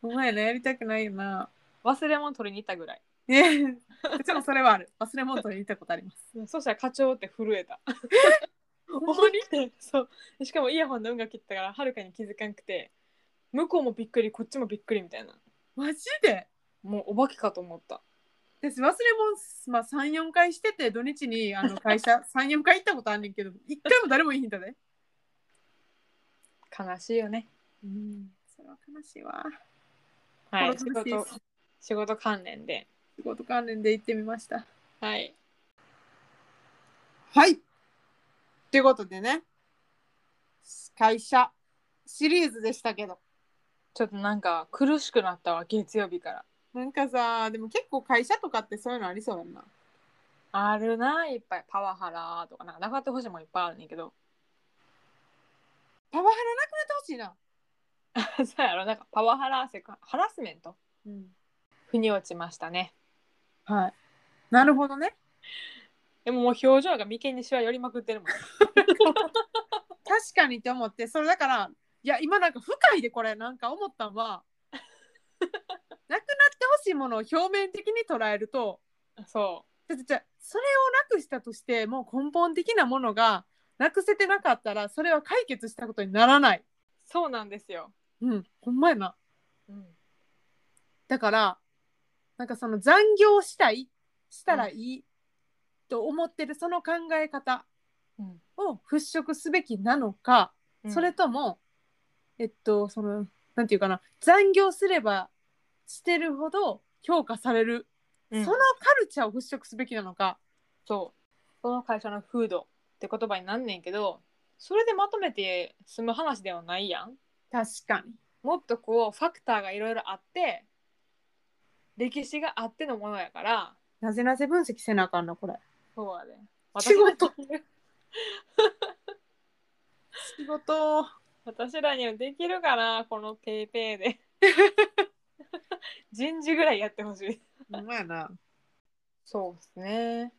Speaker 1: お前らやりたくないよな
Speaker 2: 忘れ物取りに行ったぐらい。 [laughs]
Speaker 1: ね私もそれはある忘れ物取りに行ったことあります
Speaker 2: そしたら課長って震 [laughs] えた。
Speaker 1: ほん
Speaker 2: ほんまにそうしかもイヤホンの音が切ったからはるかに気づかなくて向こうもびっくりこっちもびっくりみたいな
Speaker 1: マジで
Speaker 2: もうお化けかと思った。
Speaker 1: 私忘れ物、まあ、34回してて土日に [laughs] あの会社34回行ったことあんねんけど一回も誰もいひんだで、
Speaker 2: 悲しいよね。
Speaker 1: うん、それは悲しいわ
Speaker 2: は
Speaker 1: こ
Speaker 2: い、
Speaker 1: れ
Speaker 2: 仕
Speaker 1: 悲しい
Speaker 2: 事仕事関連で。
Speaker 1: 仕事関連で行ってみました
Speaker 2: はい。
Speaker 1: はいということでね会社シリーズでしたけど
Speaker 2: ちょっとなんか苦しくなったわ月曜日から
Speaker 1: なんかさでも結構会社とかってそういうのありそうやんな
Speaker 2: あるないっぱいパワハラとかなんかなかってほしいもんいっぱいあるねんけど [laughs]
Speaker 1: パワハラなくなってほしいな、
Speaker 2: そうやろなんかパワハラセクハハラスメント
Speaker 1: うん、
Speaker 2: 腑に落ちましたね
Speaker 1: はいなるほどね
Speaker 2: でももう表情が眉間にしわ寄りまくってるもん
Speaker 1: 確かにって思ってそれだからいや今なんか不快でこれなんか思ったんはなくなってほしいしいものを表面的に捉えると
Speaker 2: [laughs] そ
Speaker 1: じゃじゃじゃそれをなくしたとしてもう根本的なものがなくせてなかったらそれは解決したことにならない。
Speaker 2: うそうなんですよ、
Speaker 1: うん、ほんまやな。だからなんかその残業したいしたらいい、と思ってるその考え方
Speaker 2: うん
Speaker 1: を払拭すべきなのか、それ
Speaker 2: と
Speaker 1: ともえっとそのなんていうかな残業すればしてるほど評価される、そのカルチャーを払拭すべきなのか。
Speaker 2: そうこの会社の風土って言葉になんねんけどそれでまとめて済む話ではないやん
Speaker 1: 確かに
Speaker 2: もっとこうファクターがいろいろあって歴史があってのものやから
Speaker 1: なぜなぜ分析せなあかんなこれ
Speaker 2: そうやで
Speaker 1: 仕事
Speaker 2: 私らに [laughs]
Speaker 1: 仕事
Speaker 2: 私らにはできるかなこのペーペー [laughs] で人事ぐらいやってほしい
Speaker 1: ほんまやな
Speaker 2: そうですね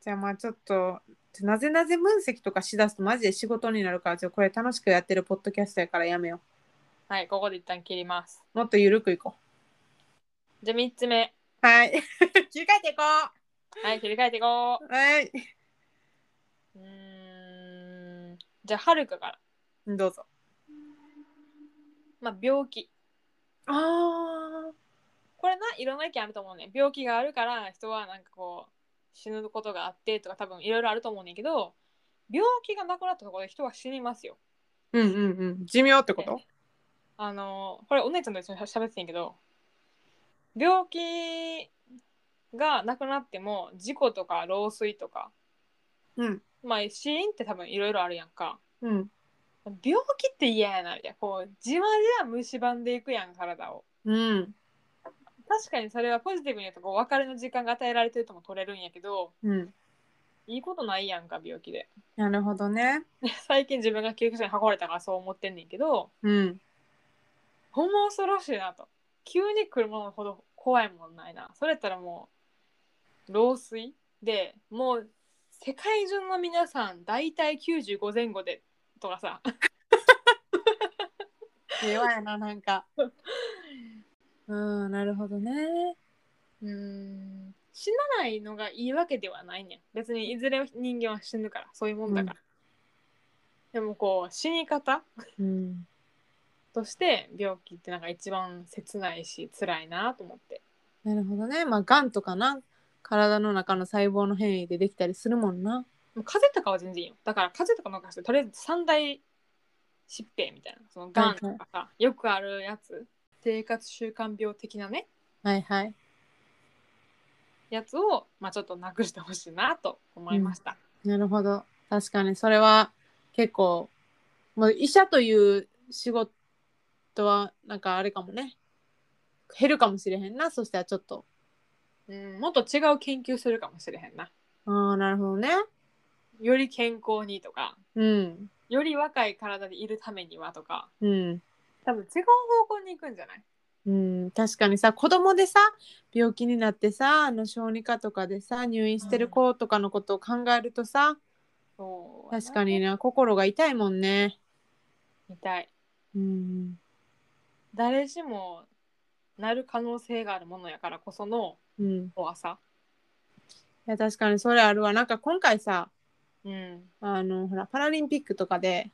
Speaker 1: じゃあまあちょっとじゃあなぜなぜ分析とかしだすとマジで仕事になるからじゃあこれ楽しくやってるポッドキャストやからやめよ
Speaker 2: はいここで一旦切ります
Speaker 1: うもっとゆるくいこ
Speaker 2: じゃあ3つ目
Speaker 1: うはい [laughs] 切り替えていこ
Speaker 2: はい切り替えていこ
Speaker 1: うはいう
Speaker 2: うーんじゃあはるかから、
Speaker 1: どうぞ
Speaker 2: まあ、病気
Speaker 1: あ
Speaker 2: これないろんな意見あると思うね病気があるから人はなんかこう死ぬことがあってとか多分いろいろあると思うねんけど病気がなくなったところで人は死にますよ
Speaker 1: うんうんうん寿命ってこと、
Speaker 2: あのこれお姉ちゃんと一緒にしゃべってんやけど病気がなくなっても事故とか老衰とか
Speaker 1: うん
Speaker 2: まあ死因って多分いろいろあるやんか
Speaker 1: うん
Speaker 2: 病気って嫌やなみたいなこうじわじわ蝕んでいくやん体を
Speaker 1: うん
Speaker 2: 確かにそれはポジティブに言うとこう別れの時間が与えられてるとも取れるんやけど
Speaker 1: うん
Speaker 2: いいことないやんか病気で
Speaker 1: なるほどね
Speaker 2: 最近自分が救急車に運ばれたからそう思ってんねんけど
Speaker 1: うん
Speaker 2: ほんま恐ろしいなと急に来るものほど怖いもんないなそれやったらもう老衰でもう世界中の皆さん大体95前後でとかさ
Speaker 1: 弱いななん [laughs] かうんなるほどね
Speaker 2: うん死なないのがいいわけではないねん別にいずれ人間は死ぬからそういうもんだから、でもこう死に方
Speaker 1: うん
Speaker 2: として病気ってなんか一番切ないし辛いなと思って
Speaker 1: なるほどねまあがんとかな体の中の細胞の変異でできたりするもんな
Speaker 2: もう風邪とかは全然いいよだから風邪とか任せてとりあえず三大疾病みたいなそのがんとかさ、よくあるやつ生活習慣病的なね
Speaker 1: はいはい
Speaker 2: やつを、まあ、ちょっとなくしてほしいなと思いました、
Speaker 1: なるほど確かにそれは結構、まあ、医者という仕事はなんかあれかもね減るかもしれへんなそしたらちょっと
Speaker 2: うんもっと違う研究するかもしれへんな
Speaker 1: ああなるほどね
Speaker 2: より健康にとか
Speaker 1: うん
Speaker 2: より若い体でいるためにはとか
Speaker 1: うん
Speaker 2: 多分違う方向に行くんじゃない
Speaker 1: うん、確かにさ子供でさ病気になってさあの小児科とかでさ入院してる子とかのことを考えるとさ、
Speaker 2: そう
Speaker 1: 確かにな心が痛いもんね。
Speaker 2: みたい
Speaker 1: うん
Speaker 2: 誰しもなる可能性があるものやからこその
Speaker 1: うん、
Speaker 2: 怖さ
Speaker 1: いや確かにそれあるわなんか今回さ
Speaker 2: うん
Speaker 1: あのほらパラリンピックとかで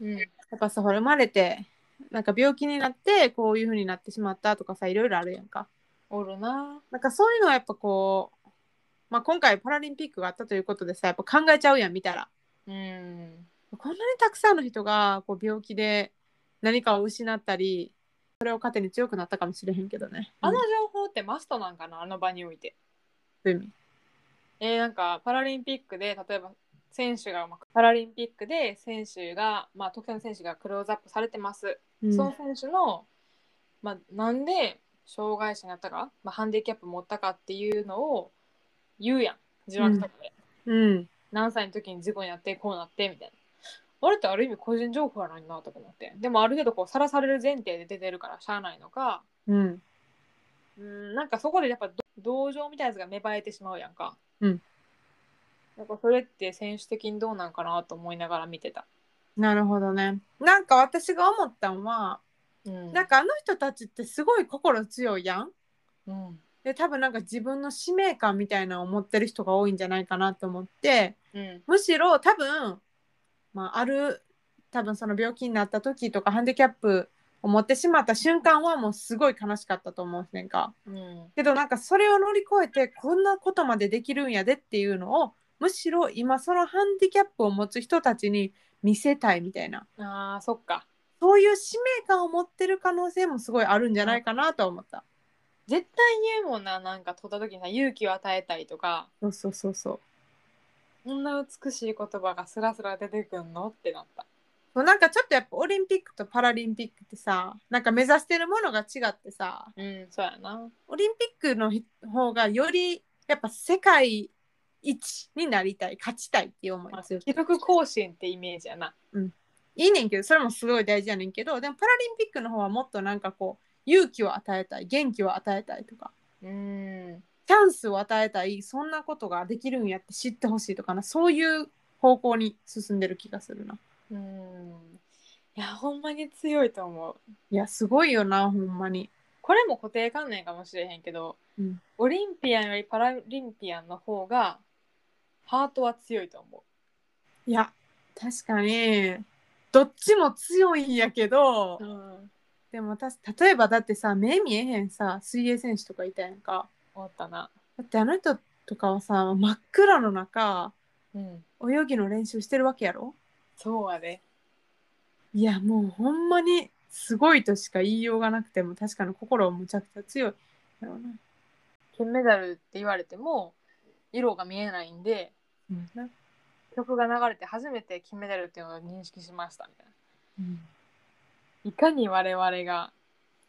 Speaker 2: うん
Speaker 1: やっぱさほら生まれてなんか病気になってこういう風になってしまったとかさいろいろあるやんか
Speaker 2: おるな
Speaker 1: なんかそういうのはやっぱこう、まあ、今回パラリンピックがあったということでさやっぱ考えちゃうやん見たら
Speaker 2: うん
Speaker 1: こんなにたくさんの人がこう病気で何かを失ったりそれを糧に強くなったかもしれへんけどね
Speaker 2: あの情報ってマストなんかなあの場において。
Speaker 1: 海
Speaker 2: えーなんかパラリンピックで例えば選手が、まあパラリンピックで選手が、まあ、特定の選手がクローズアップされてます、
Speaker 1: うん
Speaker 2: その選手の、まあ、なんで障害者になったか、まあ、ハンディキャップ持ったかっていうのを言うやん字幕とかで、
Speaker 1: うん
Speaker 2: 何歳の時に事故になってこうなってみたいな。あれってある意味個人情報やのになとか思ってでもある程度こうさらされる前提で出てるからしゃあないのか
Speaker 1: うん
Speaker 2: うん、なんかそこでやっぱど同情みたいなやつが芽生えてしまうやんか。
Speaker 1: うん。
Speaker 2: なんかそれって選手的にどうなんかなと思いながら見てた。
Speaker 1: なるほどねなんか私が思ったのは
Speaker 2: うん
Speaker 1: なんかあの人たちってすごい心強いやん。
Speaker 2: うん
Speaker 1: で多分なんか自分の使命感みたいなのを持ってる人が多いんじゃないかなと思って
Speaker 2: うん
Speaker 1: むしろ多分、まあ、ある多分その病気になった時とかハンディキャップを持ってしまった瞬間はもうすごい悲しかったと思うねんか。
Speaker 2: うん
Speaker 1: けどなんかそれを乗り越えてこんなことまでできるんやでっていうのをむしろ今そのハンディキャップを持つ人たちに見せたいみたいな
Speaker 2: あーそっか
Speaker 1: そういう使命感を持ってる可能性もすごいあるんじゃないかなとは思った。
Speaker 2: 絶対言うもんななんか取った時にさ勇気を与えたりとか
Speaker 1: そうそうそうそう。
Speaker 2: こんな美しい言葉がスラスラ出てくんのってなった
Speaker 1: そうなんかちょっとやっぱオリンピックとパラリンピックってさなんか目指してるものが違ってさ
Speaker 2: うんそうやな
Speaker 1: オリンピックのひ方がよりやっぱ世界一になりたい勝ちたいっていう思い
Speaker 2: まあ
Speaker 1: が強く
Speaker 2: 記録更新ってイメージやない
Speaker 1: いねんけどそれもすごい大事やねんけどでもパラリンピックの方はもっとなんかこう勇気を与えたい元気を与えたいとか
Speaker 2: うん
Speaker 1: チャンスを与えたいそんなことができるんやって知ってほしいとかなそういう方向に進んでる気がするな
Speaker 2: うんいやほんまに強いと思う
Speaker 1: いやすごいよなほんまに
Speaker 2: これも固定観念かもしれへんけど、
Speaker 1: うん
Speaker 2: オリンピアンよりパラリンピアンの方がハートは強いと思
Speaker 1: いや確かにどっちも強いんやけど
Speaker 2: う、うん
Speaker 1: でも私例えばだってさ目見えへんさ水泳選手とかいたやんか
Speaker 2: 思ったな
Speaker 1: だってあの人とかはさ真っ暗の中
Speaker 2: うん
Speaker 1: 泳ぎの練習してるわけやろ
Speaker 2: そうやで
Speaker 1: いやもうほんまにすごいとしか言いようがなくても確かに心はむちゃくちゃ強いやろうな
Speaker 2: 金メダルって言われても色が見えないんで
Speaker 1: うんな
Speaker 2: 曲が流れて初めて金メダルっていうのを認識しましたみたいな
Speaker 1: うん
Speaker 2: いかに我々が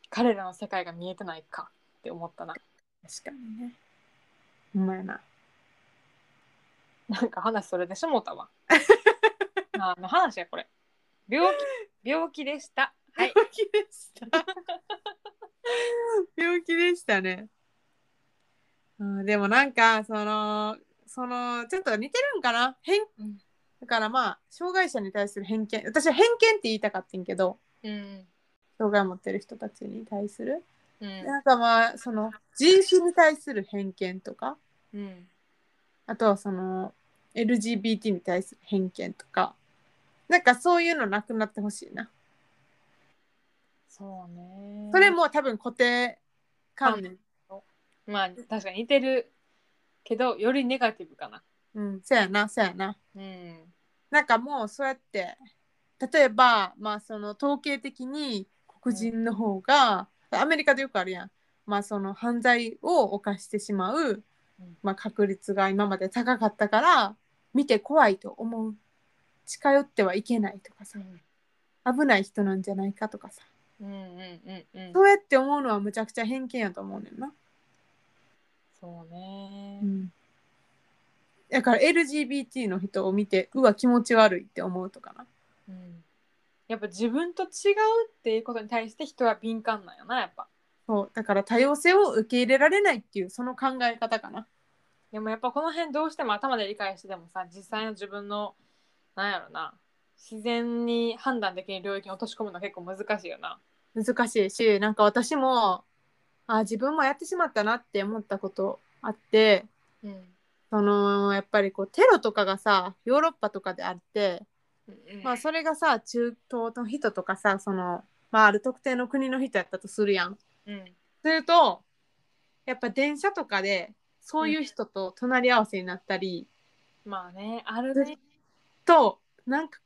Speaker 2: 彼らの世界が見えてないかって思ったな
Speaker 1: 確かにねほんまやな
Speaker 2: なんか話それでしもうたわ [laughs] あの話やこれ病気病気でしたはい
Speaker 1: 病気でした。 [laughs] 病気でしたね。うん、でもなんかそのそのちょっと似てるんかな偏
Speaker 2: うん
Speaker 1: だからまあ障害者に対する偏見私は偏見って言いたかったんけど
Speaker 2: うん
Speaker 1: 障害を持ってる人たちに対する、
Speaker 2: うん
Speaker 1: なんかまあその人種に対する偏見とか
Speaker 2: うん
Speaker 1: あとはその LGBT に対する偏見とかなんかそういうのなくなってほしいな。
Speaker 2: そうね。
Speaker 1: それも多分固定観念。
Speaker 2: まあ確かに似てるけどよりネガティブかな。
Speaker 1: うん、そうやな、そうやな。
Speaker 2: うん。
Speaker 1: なんかもうそうやって、例えば、まあその統計的に黒人の方が、アメリカでよくあるやん。まあその犯罪を犯してしまう、
Speaker 2: うん
Speaker 1: まあ、確率が今まで高かったから、見て怖いと思う。近寄ってはいけないとかさ、危ない人なんじゃないかとかさ、
Speaker 2: うんうんうんうん。
Speaker 1: そうやって思うのはむちゃくちゃ偏見やと思うねんな。
Speaker 2: そうね。
Speaker 1: だから LGBT の人を見てうわ気持ち悪いって思うとかな
Speaker 2: うん。やっぱ自分と違うっていうことに対して人は敏感なんやなやっぱ。
Speaker 1: そうだから多様性を受け入れられないっていうその考え方かな
Speaker 2: でもやっぱこの辺どうしても頭で理解してでもさ実際の自分のなんやろな自然に判断できる領域に落とし込むの結構難しいよな。
Speaker 1: 難しいしなんか私もあ自分もやってしまったなって思ったことあって
Speaker 2: うん。
Speaker 1: そのやっぱりこうテロとかがさヨーロッパとかであって、
Speaker 2: うん
Speaker 1: まあ、それがさ中東の人とかさその、まあ、ある特定の国の人やったとするやん。
Speaker 2: うん。
Speaker 1: するとやっぱ電車とかでそういう人と隣り合わせになったり、
Speaker 2: まあねあるね。
Speaker 1: となんか、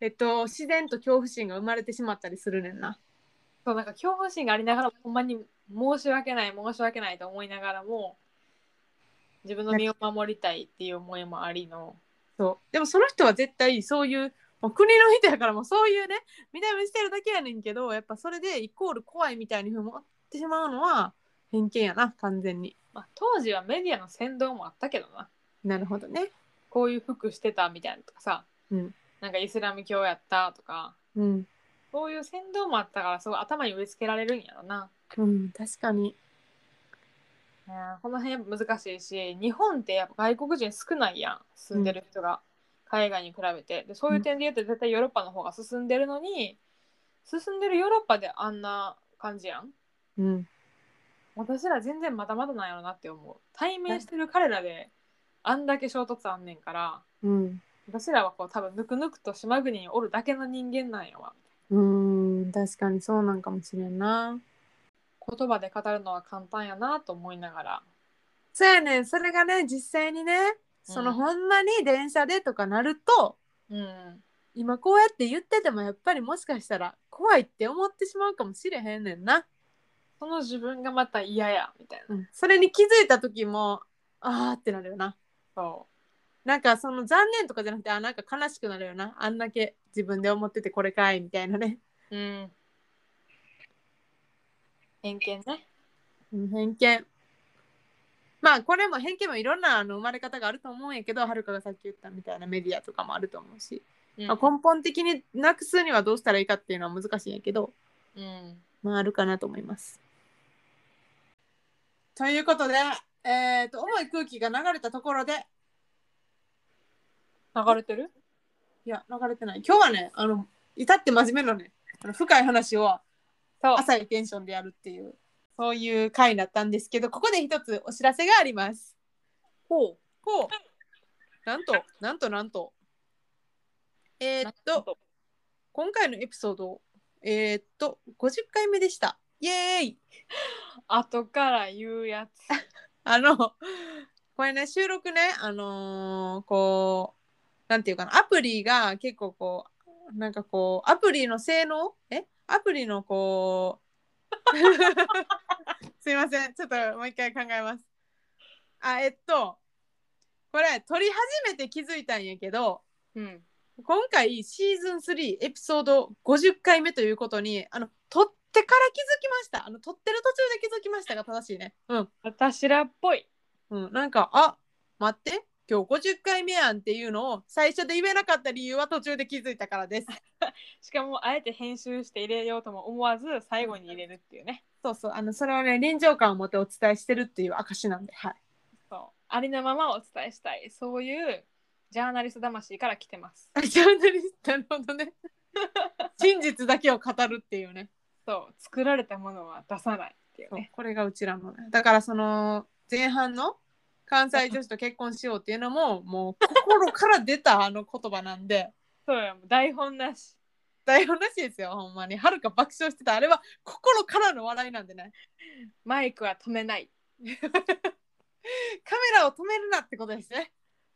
Speaker 1: えっと、自然と恐怖心が生まれてしまったりするねんな。
Speaker 2: そうなんか恐怖心がありながらもほんまに申し訳ない申し訳ないと思いながらも自分の身を守りたいっていう思いもありの
Speaker 1: そうでもその人は絶対そういうもう国の人やからもうそういうね見た目してるだけやねんけどやっぱそれでイコール怖いみたいに思ってしまうのは偏見やな完全に。
Speaker 2: まあ、当時はメディアの先導もあったけどな
Speaker 1: なるほどね。
Speaker 2: こういう服してたみたいなとかさ、
Speaker 1: うん
Speaker 2: なんかイスラム教やったとか
Speaker 1: うん、
Speaker 2: そういう先導もあったからすごい頭に植え付けられるんやろな、
Speaker 1: うん、確かに。
Speaker 2: この辺難しいし日本ってやっぱ外国人少ないやん住んでる人が、海外に比べてでそういう点で言うと絶対ヨーロッパの方が進んでるのに進んでるヨーロッパであんな感じやん
Speaker 1: うん
Speaker 2: 私ら全然まだまだなんやろなって思う対面してる彼らであんだけ衝突あんねんから
Speaker 1: うん
Speaker 2: 私らはこう多分ぬくぬくと島国におるだけの人間なんやわ
Speaker 1: うーん確かにそうなんかもしれんな
Speaker 2: 言葉で語るのは簡単やなと思いながら
Speaker 1: そうやねんそれがね実際にねその、
Speaker 2: うん
Speaker 1: ほんまに電車でとかなると
Speaker 2: うん
Speaker 1: 今こうやって言っててもやっぱりもしかしたら怖いって思ってしまうかもしれへんねんな、
Speaker 2: その自分がまた嫌やみたいな、
Speaker 1: それに気づいた時もあーってなるよな
Speaker 2: そ
Speaker 1: なんかその残念とかじゃなくてあなんか悲しくなるよなあんだけ自分で思っててこれかいみたいなね
Speaker 2: ううん偏見ね
Speaker 1: うん偏見まあこれも偏見もいろんなあの生まれ方があると思うんやけどはるかがさっき言ったみたいなメディアとかもあると思うし、
Speaker 2: うん
Speaker 1: まあ、根本的になくすにはどうしたらいいかっていうのは難しいんやけど、
Speaker 2: うん
Speaker 1: まあ、あるかなと思います。ということで、えー、と重い空気が流れたところで
Speaker 2: 流れてる
Speaker 1: いや流れてない今日はねあの至って真面目なねあの深い話を
Speaker 2: そう
Speaker 1: 浅いテンションでやるっていうそういう回になったんですけどここで一つお知らせがあります。
Speaker 2: ほ
Speaker 1: こう、なんと、なんとなんと。え
Speaker 2: う
Speaker 1: ーっと、今回のエピソード、えーっと、50回目でした。イエーイ
Speaker 2: 後から言うやつ
Speaker 1: あの、これね、収録ね、あのーこう、なんていうかな、アプリが結構こう、なんかこう、アプリの性能えアプリのこう、 [laughs] すいません、ちょっともう一回考えます。あ、えっと、これ、撮り始めて気づいたんやけど、
Speaker 2: うん
Speaker 1: 今回シーズン3エピソード50回目ということにあの撮ってから気づきましたあの撮ってる途中で気づきましたが正しいねうん、
Speaker 2: 私らっぽい
Speaker 1: うん、なんかあ待って今日50回目やんっていうのを最初で言えなかった理由は途中で気づいたからです
Speaker 2: しかもあえて編集して入れようとも思わず最後に入れるっていうね
Speaker 1: そうそうあのそれをね臨場感を持ってお伝えしてるっていう証なんではい
Speaker 2: そうありのままお伝えしたいそういうジャーナリスト魂から来てます
Speaker 1: [laughs] あジャーナリストなるほどね [laughs] 真実だけを語るっていうね
Speaker 2: そう作られたものは出さないっていう
Speaker 1: そう
Speaker 2: ね
Speaker 1: これがうちらのねだからその前半の関西女子と結婚しようっていうのももう心から出たあの言葉なんで [laughs]
Speaker 2: そうよ台本なし
Speaker 1: 台本なしですよほんまにはるか爆笑してたあれは心からの笑いなんでね
Speaker 2: マイクは止めない
Speaker 1: カメラを止めるなってことですね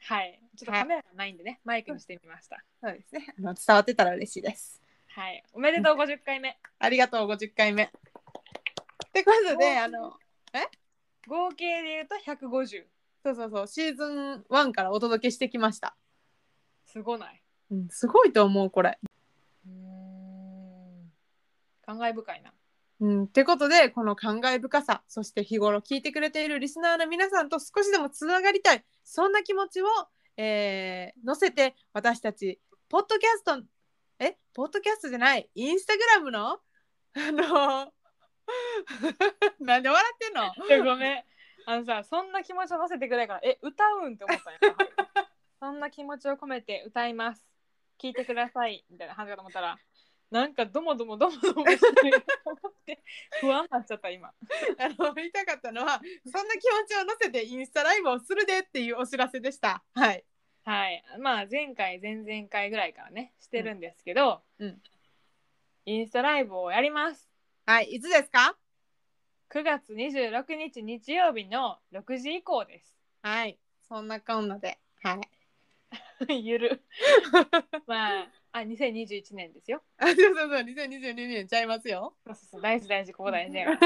Speaker 2: はいちょっと
Speaker 1: はい
Speaker 2: カメラがないんでね、マイクにしてみました
Speaker 1: そうですねあの伝わってたら嬉しいです
Speaker 2: はいおめでとう50回目
Speaker 1: ありがとう50回目ってことであの
Speaker 2: 合計で言うと150
Speaker 1: そうそうそうシーズン1からお届けしてきました、
Speaker 2: すごない
Speaker 1: うん、すごいと思うこれ
Speaker 2: うーん感慨深いな
Speaker 1: うん、ってことでこの感慨深さそして日頃聞いてくれているリスナーの皆さんと少しでもつながりたいそんな気持ちを、えー乗せて私たちポッドキャストえポッドキャストじゃないインスタグラムのあの [laughs] なんで笑ってんの
Speaker 2: いやごめんあのさそんな気持ちを乗せてくれからえ歌うんって思ったんや
Speaker 1: [laughs]
Speaker 2: そんな気持ちを込めて歌います聞いてくださいみたいな感じかと思ったらなんかどもどもどもどもしてると思って不安になっちゃった今
Speaker 1: あの言いたかったのはそんな気持ちを乗せてインスタライブをするでっていうお知らせでしたはい
Speaker 2: はいまあ前回前々回ぐらいからねしてるんですけど、
Speaker 1: うんうん
Speaker 2: インスタライブをやります
Speaker 1: はいいつですか
Speaker 2: 9月26日日曜日の6時以降です [laughs]
Speaker 1: はいそんなこんなではい
Speaker 2: ゆ [laughs] るまああ2021年ですよ
Speaker 1: あそうそうそう2022年ちゃいますよ
Speaker 2: そうそうそう大事大事ここ大事 [laughs] だよ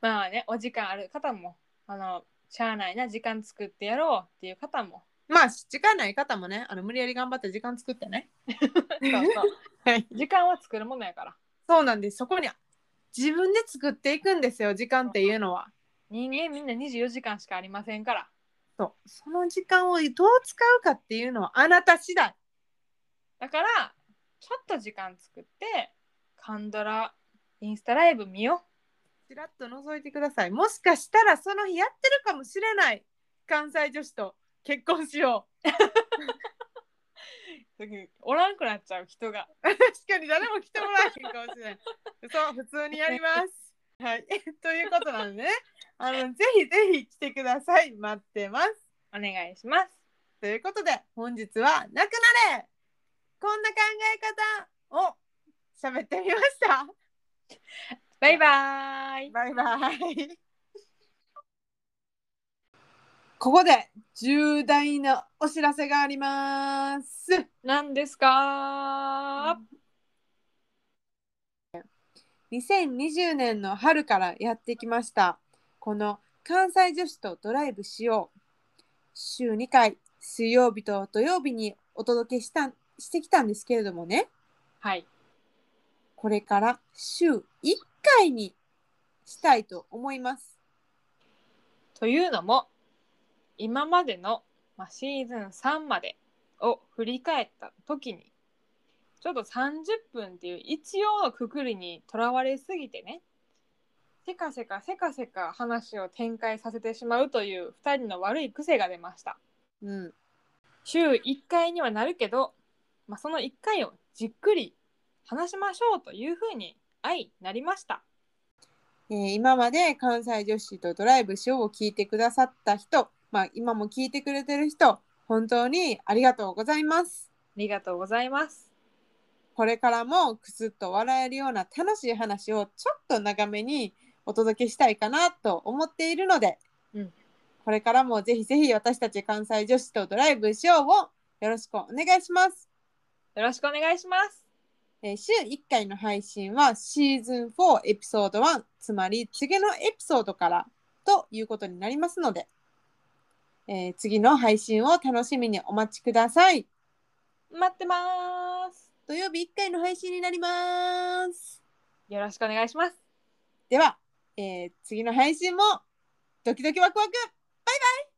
Speaker 2: まあねお時間ある方もあのしゃあないな時間作ってやろうっていう方も
Speaker 1: まあ時間ない方もねあの無理やり頑張って時間作ってね
Speaker 2: そう [laughs] そう
Speaker 1: はい
Speaker 2: 時間は作るものやから
Speaker 1: そうなんですそこに自分で作っていくんですよ時間っていうのは
Speaker 2: 人間みんな24時間しかありませんから
Speaker 1: そうその時間をどう使うかっていうのはあなた次第
Speaker 2: だからちょっと時間作ってカンドラインスタライブ見よ
Speaker 1: ちらっと覗いてくださいもしかしたらその日やってるかもしれない関西女子と結婚しよ
Speaker 2: うおらんくなっちゃう人が。
Speaker 1: 確かに誰も来てもらえへんかもしれない。そう、普通にやります。はい。 [laughs] ということなのでね、あの、ぜひぜひ来てください。待ってます。
Speaker 2: お願いします。
Speaker 1: ということで、本日はなくなれこんな考え方を喋ってみました。
Speaker 2: バイバーイ。
Speaker 1: バイバイ。ここで重大なお知らせがあります。
Speaker 2: 何ですか
Speaker 1: 2020年の春からやってきましたこの関西女子とドライブしよう週2回水曜日と土曜日にお届けしたしてきたんですけれどもね
Speaker 2: はい。
Speaker 1: これから週1回にしたいと思います
Speaker 2: というのも今までの、まあ、シーズン3までを振り返った時にちょっと30分っていう一応のくくりにとらわれすぎてねせかせかせかせか話を展開させてしまうという2人の悪い癖が出ました
Speaker 1: うん
Speaker 2: 週1回にはなるけど、まあ、その1回をじっくり話しましょうというふうに相なりました
Speaker 1: えー今まで関西女子とドライブしようを聞いてくださった人、まあ、今も聞いてくれてる人本当にありがとうございます
Speaker 2: ありがとうございます
Speaker 1: これからもくすっと笑えるような楽しい話をちょっと長めにお届けしたいかなと思っているので、
Speaker 2: うん
Speaker 1: これからもぜひぜひ私たち関西女子とドライブしようをよろしくお願いします。
Speaker 2: よろしくお願いします
Speaker 1: えー週1回の配信はシーズン4エピソード1つまり次のエピソードからということになりますので、えー次の配信を楽しみにお待ちください。
Speaker 2: 待ってます
Speaker 1: 土曜日1回の配信になります。
Speaker 2: よろしくお願いします。
Speaker 1: では、えー次の配信もドキドキワクワクバイバイ